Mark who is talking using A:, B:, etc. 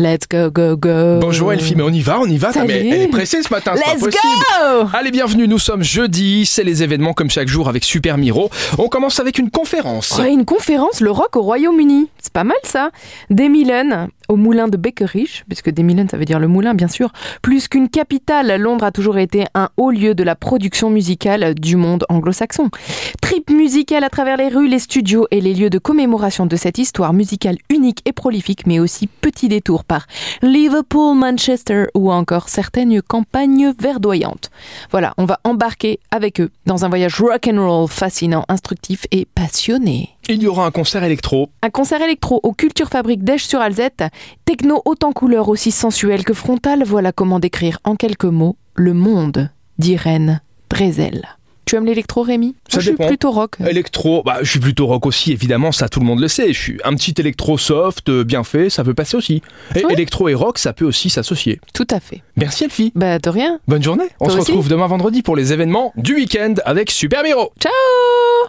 A: Let's go, go, go.
B: Bonjour Elfie, mais on y va, on y va. Attends,
A: Salut.
B: mais elle est pressée ce matin, c'est pas
A: Let's
B: possible.
A: go Oh,
B: Allez, bienvenue, nous sommes jeudi, c'est les événements comme chaque jour avec Super Miro. On commence avec une conférence.
A: Ouais, une conférence, le rock au Royaume-Uni. C'est pas mal ça. Milan au moulin de Beckerich, puisque Milan ça veut dire le moulin, bien sûr. Plus qu'une capitale, Londres a toujours été un haut lieu de la production musicale du monde anglo-saxon. Trip musicale à travers les rues, les studios et les lieux de commémoration de cette histoire musicale unique et prolifique, mais aussi petits détours par Liverpool, Manchester ou encore certaines campagnes verdoyantes. Voilà, on va embarquer avec eux dans un voyage rock and roll fascinant, instructif et passionné.
B: Il y aura un concert électro.
A: Un concert électro au Culture Fabrique d'Esch-sur-Alzette, techno autant couleur aussi sensuel que frontal, voilà comment décrire en quelques mots le monde d'Irène Drezel. Tu aimes l'électro, Rémi
B: Ça
A: Moi, Je suis
B: dépend.
A: plutôt rock.
B: Électro, bah, je suis plutôt rock aussi, évidemment, ça tout le monde le sait. Je suis un petit électro soft, euh, bien fait, ça peut passer aussi. Et
A: Ouais.
B: électro et rock, ça peut aussi s'associer.
A: Tout à fait.
B: Merci Elfie,
A: Bah, de rien.
B: bonne journée. On
A: Toi
B: se
A: aussi.
B: retrouve demain vendredi pour les événements du week-end avec Super Miro.
A: Ciao